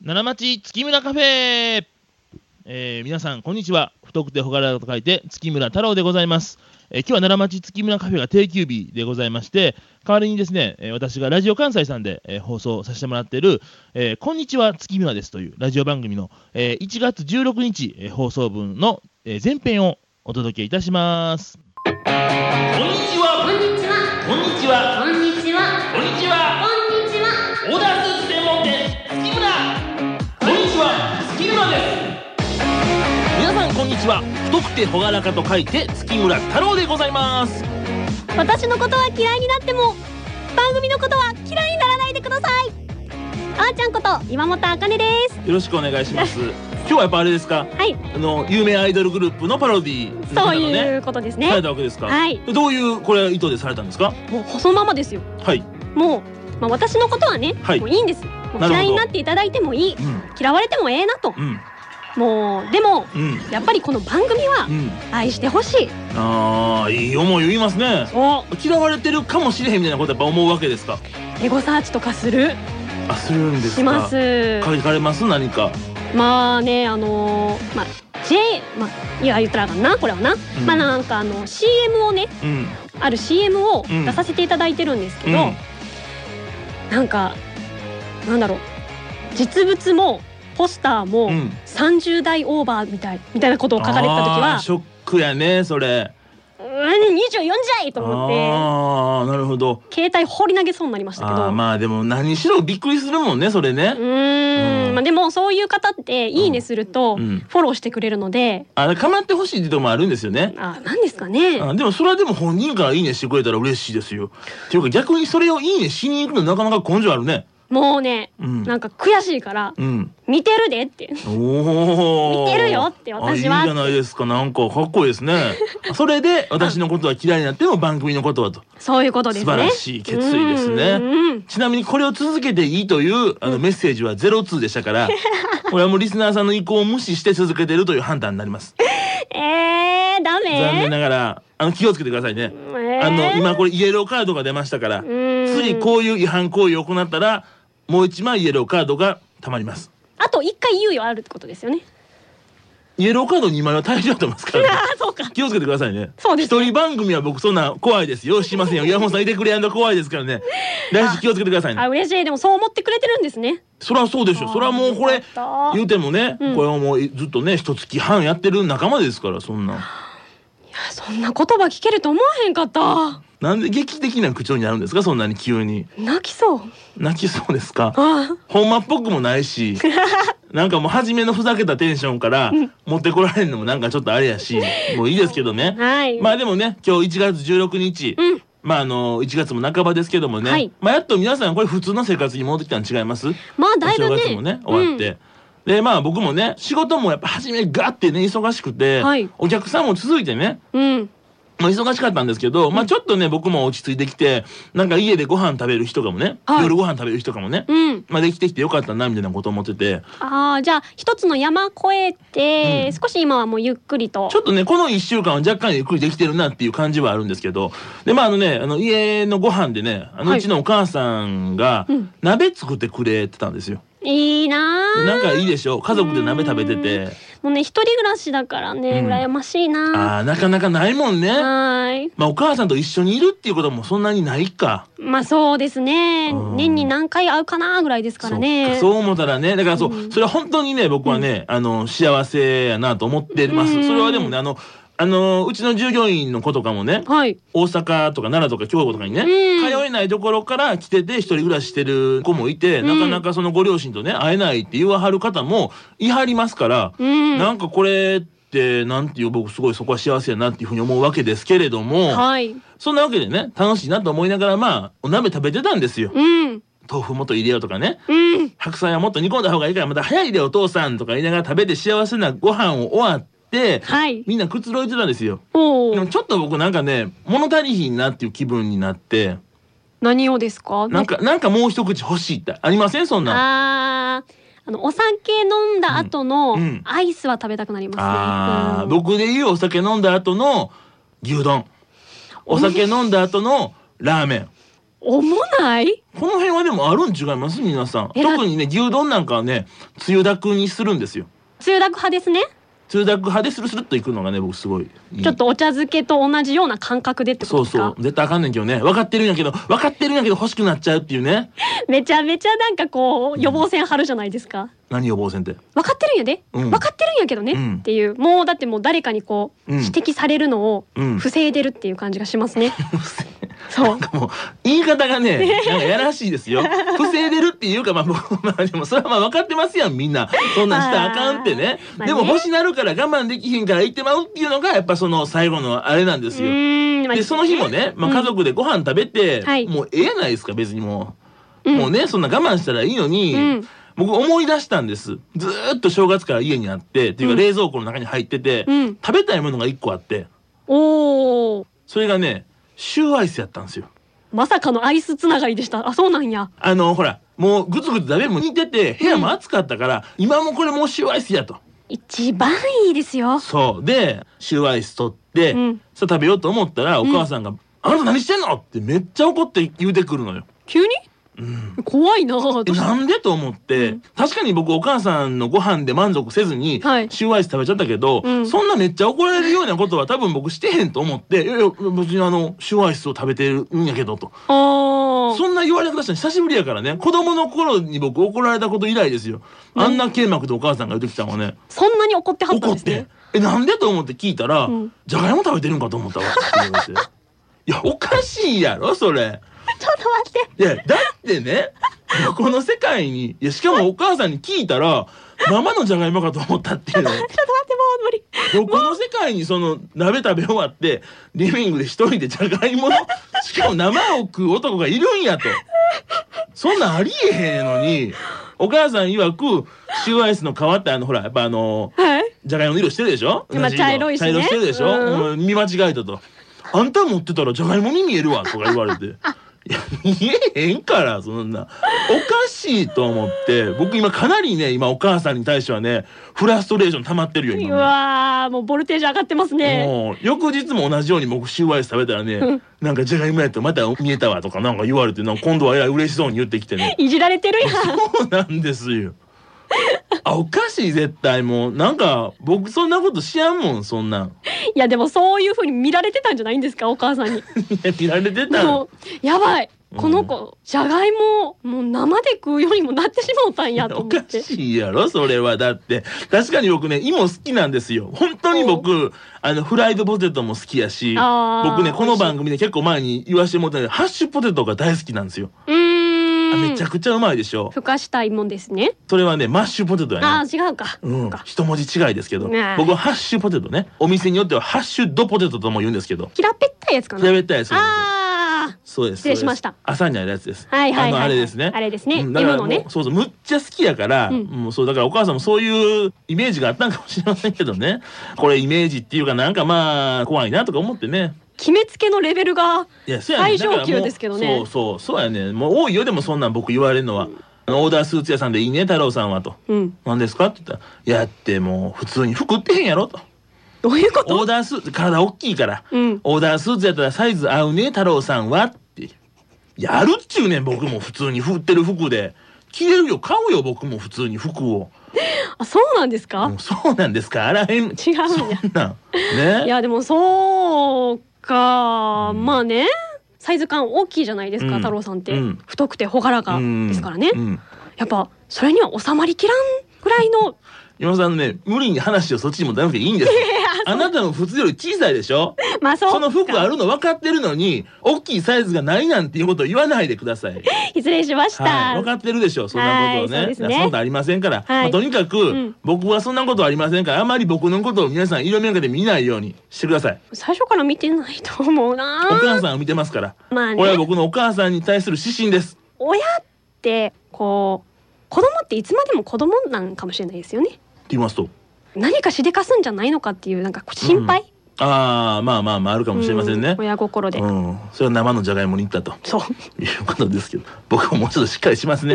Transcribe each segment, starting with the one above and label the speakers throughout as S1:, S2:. S1: 奈良町月村カフェえー皆さん、こんにちは。太くて朗らかと書いて、月村太郎でございます。えー今日は奈良町月村カフェが定休日でございまして、代わりにですね、えー私がラジオ関西さんで、えー放送させてもらっている、えーこんにちは月村ですというラジオ番組の、えー1月16日、えー放送分の、えー前編をお届けいたします。こんにちは。
S2: こんにちは。
S1: こんにちは。
S2: こんにちは。
S1: こんにちは。
S2: こんにちは。
S1: オーダースーツ専門店月村こんにちは月村です皆さんこんにちは太くて朗らかと書いて月村太郎でございます
S3: 私のことは嫌いになっても番組のことは嫌いにならないでくださいあーちゃんこと岩本あかねです
S1: よろしくお願いします今日はやっぱあれですか
S3: はい
S1: あの有名アイドルグループのパロディーの
S3: そう
S1: 方の
S3: い
S1: ね
S3: うことです
S1: され
S3: ね
S1: たわけですか、
S3: はい
S1: どういうこれ意図でされたんですか
S3: もうそのままですよ
S1: はい、
S3: もう、まあ、私のことはね、
S1: はい
S3: もういいんですもう
S1: なるほど
S3: 嫌いになっていただいてもいい
S1: うん
S3: 嫌われてもええなと
S1: うん
S3: もうでも
S1: うん
S3: やっぱりこの番組は
S1: うん、
S3: 愛してほしい
S1: ああいい思いを言いますね
S3: そ
S1: 嫌われてるかもしれへんみたいなことやっぱ思うわけですか
S3: うエゴサーチとかする
S1: あするんですか
S3: します
S1: 書かれます何か
S3: まあねあのーまあ J まあいや言ったらあかんなこれはな、
S1: ん
S3: まあなんかあの CM をね
S1: うん
S3: ある CM を
S1: うん
S3: 出させていただいてるんですけ
S1: う
S3: ど、
S1: ん
S3: なんかなんだろう実物もポスターも
S1: うん
S3: 30代オーバーみたいみたいなことを書かれてた時
S1: あー
S3: は
S1: ショックやねそれ
S3: 「うん24じゃい!」と思っ
S1: ああなるほど
S3: て携帯放り投げそうになりましたけ
S1: あ
S3: ど
S1: ー。まあでも何しろびっくりするもんねそれね
S3: う、ー
S1: うん
S3: んまあ、でもそういう方って「いいね」すると
S1: うん
S3: フォローしてくれるので、
S1: あれ構ってほしいってとこもあるんですよね
S3: あなんですかね
S1: あでもそれはでも本人からいいねしてくれたら嬉しいですよっていうか逆にそれをいいねしに行くのなかなか根性あるね
S3: もうね
S1: うん
S3: なんか悔しいから
S1: うん
S3: 「見てるで」って
S1: おお
S3: 見てるよって私は
S1: あいいじゃないですかなんかかっこいいで すねそれで私のことは嫌いになっても番組のことはと
S3: そういうことですね
S1: 素晴らしい決意ですね
S3: うんうんうん
S1: ちなみにこれを続けていいというあのメッセージはゼロツーでした から、これはもうリスナーさんの意向を無視して続けてるという判断になります。
S3: えー、ダメ
S1: 残念ながら、あの気をつけてくださいね。
S3: えー
S1: あの今これイエローカードが出ましたから、
S3: ん
S1: 次こういう違反行為を行ったらもう一枚イエローカードがたまります。
S3: あと一回猶予あるってことですよね。
S1: イエローカード2枚は大丈夫だと思いますから、ね。
S3: あ、そうか。
S1: 気をつけてくださいね。
S3: そうですね
S1: 一人番組は僕そんな怖いですよ。しませんよ。山本さんいてくれやんと怖いですからね。来週気をつけてくださいね
S3: あ、。嬉しい。でもそう思ってくれてるんですね。
S1: そりゃそうでしょ。そりゃもうこ
S3: よ
S1: れ
S3: かった
S1: 言うてもね、
S3: うん
S1: これはもうずっとね一月半やってる仲間ですからそんな。
S3: いや、そんな言葉聞けると思わへんかった。
S1: なんで劇的な口調になるんですかそんなに急に
S3: 泣きそう。
S1: 泣きそうですか。
S3: あ
S1: ほんまっぽくもないし、 なんかもう初めのふざけたテンションから持ってこられるのもなんかちょっとあれやし、もういいですけどね。
S3: はい
S1: まあでもね今日1月16日。
S3: うん
S1: まああの1月も半ばですけどもね、
S3: はい
S1: まあやっと皆さんこれ普通の生活に戻ってきたの違います
S3: まあ、だいぶ
S1: お正月
S3: ね。
S1: もね終わって、でまあ僕もね仕事もやっぱ初めガッてね忙しくて、
S3: はい
S1: お客さんも続いてね
S3: うん。うん。
S1: まあ忙しかったんですけど、まあちょっとね、僕も落ち着いてきて、なんか家でご飯食べる日とかもね、
S3: はい
S1: 夜ご飯食べる日とかもね、
S3: うん。
S1: まあできてきてよかったな、みたいなこと思ってて、
S3: ああ、じゃあ、一つの山越えて、
S1: うん
S3: 少し今はもうゆっくりと
S1: ち。ょっとね、この一週間は若干ゆっくりできてるなっていう感じはあるんですけど、で、まああのね、あの家のご飯でね、あの
S3: はいう
S1: ちのお母さんが
S3: うん
S1: 鍋作ってくれてたんですよ。
S3: いいな
S1: で
S3: ー
S1: なんかいいでしょ家族で鍋食べてて、
S3: もうね、一人暮らしだからね、
S1: うん
S3: 羨ましいな
S1: ああ、なかなかないもんね。
S3: ー。はーい。
S1: まあ、お母さんと一緒にいるっていうこともそんなにないか。
S3: まあ、そうですね。
S1: うん
S3: 年に何回会うかなーぐらいですか
S1: そ
S3: ら
S1: っ
S3: ね。
S1: かそう思ったらね、だからそう、それは本当にね、僕はね、あの、幸せやなと思ってます。
S3: うん
S1: それはでもね、あの、あの、うちの従業員の子とかもね、
S3: はい。
S1: 大阪とか奈良とか京都とかにね、通
S3: ん
S1: えないところから来てて一人暮らししてる子もいて、なかなかそのご両親とね、会えないって言わはる方もいはりますから、
S3: うん。
S1: なんかこれって、なんていう僕すごいそこは幸せやなっていうふうに思うわけですけれども、
S3: はい。
S1: そんなわけでね、楽しいなと思いながら、まあ、お鍋食べてたんですよ。
S3: うん。
S1: 豆腐もっと入れようとかね、
S3: うん。
S1: 白菜はもっと煮込んだ方がいいから、また早いでお父さんとか言いながら食べて幸せなご飯を終わって、
S3: はい。
S1: みんなくつろいでたんですよ。
S3: お
S1: で
S3: お
S1: も。ちょっと僕なんかね、物足りひんなっていう気分になって、
S3: 何をですか。
S1: なんか、なんかもう一口欲しいってありませんそんなん。
S3: ああ。あのお酒飲んだ後の
S1: うんうん
S3: アイスは食べたくなりますね。
S1: ああ、
S3: うん
S1: 僕で言うお酒飲んだ後の牛丼。お酒飲んだ後のラーメン。
S3: 思ない
S1: この辺はでもあるん違います皆さん
S3: えら
S1: 特にね牛丼なんかはねつゆだくにするんですよ
S3: 通学派ですね、
S1: つゆだく派でするするっといくのがね僕すごいいい
S3: ちょっとお茶漬けと同じような感覚でってこ
S1: そ
S3: と
S1: う
S3: ですか
S1: そう絶対あかんねんけどね分かってるんやけど分かってるんやけど欲しくなっちゃうっていうね
S3: めちゃめちゃなんかこう予防線張るじゃないですか
S1: 何予防線って
S3: 分かってるんやで、
S1: うん
S3: 分かってるんやけどね、
S1: うん
S3: っていうもうだってもう誰かにこう
S1: うん
S3: 指摘されるのを
S1: うん
S3: 防いでるっていう感じがしま すね、そう
S1: もう言い方がねなんかやらしいですよ防いでるっていうかまあ僕まあでもそれはまあ分かってますやんみんなそんなんしたらあかんってね
S3: あーまあね
S1: でも欲しなるから我慢できひんから言ってまうっていうのがやっぱその最後のあれなんで
S3: う
S1: すよ
S3: ーんまあ
S1: でその日もね、まあ、
S3: うん
S1: 家族でご飯食べて、
S3: はい
S1: もうええやないですか別にもう、
S3: うん
S1: もうねそんな我慢したらいいのに、
S3: うん
S1: 僕思い出したんですずーっと正月から家にあってっていうか
S3: うん
S1: 冷蔵庫の中に入ってて、
S3: うん
S1: 食べたいものが1個あって
S3: おお
S1: それがねシューアイスやったんですよ
S3: まさかのアイスつながりでしたあそうなんや
S1: あのほらもうグツグツ食べるも似てて部屋も暑かったから、今もこれもうシューアイスやと
S3: 一番いいですよ
S1: そうでシューアイス取って、
S3: うん
S1: さあ食べようと思ったらお母さんが「あなた何してんの?」ってめっちゃ怒って言うてくるのよ
S3: 急に、怖いなどう
S1: え
S3: し
S1: な
S3: た
S1: んでと思って、確かに僕お母さんのご飯で満足せずに、
S3: はい
S1: シューアイス食べちゃったけど、
S3: うん
S1: そんなめっちゃ怒られるようなことは多分僕してへんと思って、いやいや、別にあの、シューアイスを食べてるんやけどと。
S3: あー
S1: そんな言われ方したの久しぶりやからね、子供の頃に僕怒られたこと以来ですよ。あんな軽幕でお母さんが言ってきたのはね、
S3: そんなに怒ってはった
S1: 怒っ
S3: んです
S1: て
S3: ね。
S1: え、なんでと思って聞いたら、
S3: うん
S1: じゃがいも食べてるんかと思ったわって言われて。いや、おかしいやろ、それ。
S3: ちょっと待って
S1: いや、だってね、この世界に、いや、しかもお母さんに聞いたら、生のじゃがいもかと思ったっていうの。
S3: ちょっと待ってもう無理
S1: でもこの世界にその鍋食べ終わって、リビングで一人でじゃがい もの、しかも生を食う男がいるんやと。そんなんありえへんのに、お母さん曰く、シューアイスの皮ってあの、ほら、やっぱあの、
S3: はい
S1: じゃがいもの色してるでしょ
S3: 今
S1: 同じ色
S3: 茶色いしね
S1: 茶色してるでしょ、
S3: うん
S1: うん見間違えたと。あんた持ってたらじゃがいもに見えるわとか言われて。 いや、見えへんから、そんな。おかしいと思って、僕今かなりね、今お母さんに対してはね、フラストレーション溜まってるよ、
S3: う
S1: 今。
S3: わーもうボルテージ上がってますね
S1: もう翌日も同じように僕シューアイス食べたらね、
S3: うん
S1: なんかじゃがいもやったらまた見えたわとかなんか言われてなんか今度はえらい嬉しそうに言ってきて ね
S3: いじられてるやん
S1: そうなんですよあおかしい絶対もうなんか僕そんなことしやんもんそんなん
S3: いやでもそういう風に見られてたんじゃないんですかお母さ んに。
S1: 見られてた
S3: もうやばい
S1: うん
S3: この子じゃがいももう生で食うようにもなってしまったんやと
S1: お
S3: 思
S1: か
S3: って。
S1: しいやろそれはだって確かに僕ね芋好きなんですよ本当に僕あのフライドポテトも好きやし
S3: あー
S1: 僕ねこ
S3: 美
S1: の
S3: 味しい
S1: 番組で結構前に言わしてもらったけどハッシュポテトが大好きなんですよ、
S3: うー
S1: あ
S3: ん。
S1: めちゃくちゃうまいでしょ
S3: ふかしたいもんですね。
S1: それはねマッシュポテトやね
S3: ああ違うか。
S1: うん
S3: か、
S1: 一文字違いですけど、
S3: ねえ
S1: 僕はハッシュポテトねお店によってはハッシュドポテトとも言うんですけど
S3: 平べったいやつかな。
S1: 平べったいやつなんですよ
S3: ああ。
S1: そうです
S3: 失礼しました
S1: そうです朝にあるやつです
S3: はいはいはいはい
S1: あのあれですね
S3: あれですね
S1: うんだから
S3: M のね
S1: もうそうそうむっちゃ好きやから、
S3: うん
S1: もうそうだからお母さんもそういうイメージがあったんかもしれませんけど ねこれイメージっていうかなんかまあ怖いなとか思ってね
S3: 決めつけのレベルが
S1: いやそうやね
S3: 最上級ですけどね
S1: だからもうそうそうそうやねもう多いよでもそんなん僕言われるのは、あのオーダースーツ屋さんでいいね太郎さんはと
S3: うん
S1: 何ですかって言ったらいやってもう普通に服売ってへんやろと
S3: どういうこ
S1: オー
S3: と？
S1: ダースーツ体大きいから、
S3: うん
S1: オーダースーツやったらサイズ合うね太郎さんはってやるっちゅうねん僕も普通に振ってる服で着れるよ買うよ僕も普通に服を
S3: あそうなんですか
S1: もう？そうなんですかあらへん
S3: 違うんや。
S1: なん
S3: い
S1: ね
S3: やでもそうかまあね。サイズ感大きいじゃないですか、
S1: うん
S3: 太郎さんって、
S1: うん
S3: 太くて朗らか
S1: うん
S3: ですからね、
S1: うん
S3: やっぱそれには収まりきらんぐらい の
S1: 今さんね無理に話をそっちにも出なくていいんですよあなたの普通より小さいでしょ
S3: まあそう
S1: その服あるの分かってるのに大きいサイズがないなんていうことを言わないでください
S3: 失礼しました、
S1: はい、分かってるでしょうそんなことをね
S3: はいそうですね
S1: いやそんなことありませんから、
S3: はい
S1: まあとにかく、
S3: ん
S1: 僕はそんなことありませんからあまり僕のことを皆さん色眼鏡で見ないようにしてください
S3: 最初から見てないと思う
S1: お
S3: な
S1: 母さんを見てますから、
S3: まあ
S1: これは
S3: ね
S1: 僕のお母さんに対する指針です
S3: 親ってこう子供っていつまでも子供なんかもしれないですよね
S1: って言いますと
S3: 何かしでかすんじゃないのかっていうなんかこう心配、
S1: ああ、まあまあまあ、あるかもしれません
S3: う
S1: ね。
S3: 親心で、
S1: うん、それは生のじゃがいもに行ったと。
S3: そう
S1: いうことですけど、 僕ももうちょっとしっかりしますね。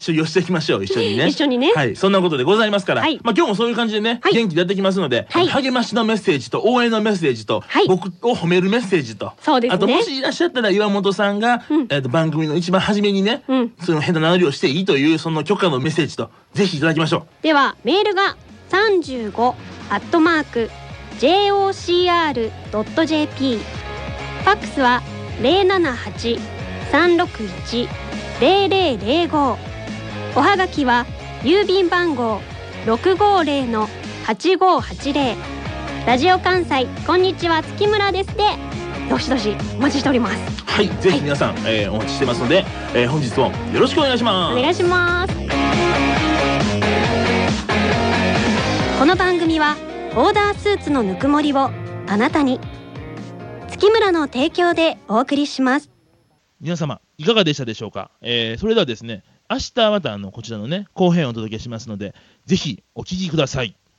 S1: 一緒に寄していきましょう、一緒にね。
S3: 一緒にね
S1: はい、そんなことでございますから、
S3: はい
S1: まあ今日もそういう感じでね、
S3: はい
S1: 元気でやっていきますので、
S3: はい
S1: 励ましのメッセージと応援のメッセージと、
S3: はい
S1: 僕を褒めるメッセージと、
S3: そうですね
S1: あともしいらっしゃったら岩本さんが、
S3: うん
S1: えっと番組の一番初めにね、
S3: うん
S1: その変な名乗りをしていいというその許可のメッセージと、ぜひいただきましょう。
S3: ではメールが35アットマーク jocr.jp ファックスは078-361-0005おはがきは郵便番号650-8580ラジオ関西こんにちは月村ですでどしどしお待ちしております
S1: はい、ぜひ皆さん、えーお待ちしてますので、えー本日もよろしくお願いし
S3: お
S1: ます。
S3: 願いしますこの番組はオーダースーツのぬくもりをあなたに月村の提供でお送りします
S1: 皆様いかがでしたでしょうか、えーそれではですね明日またあのこちらのね後編をお届けしますのでぜひお聞きください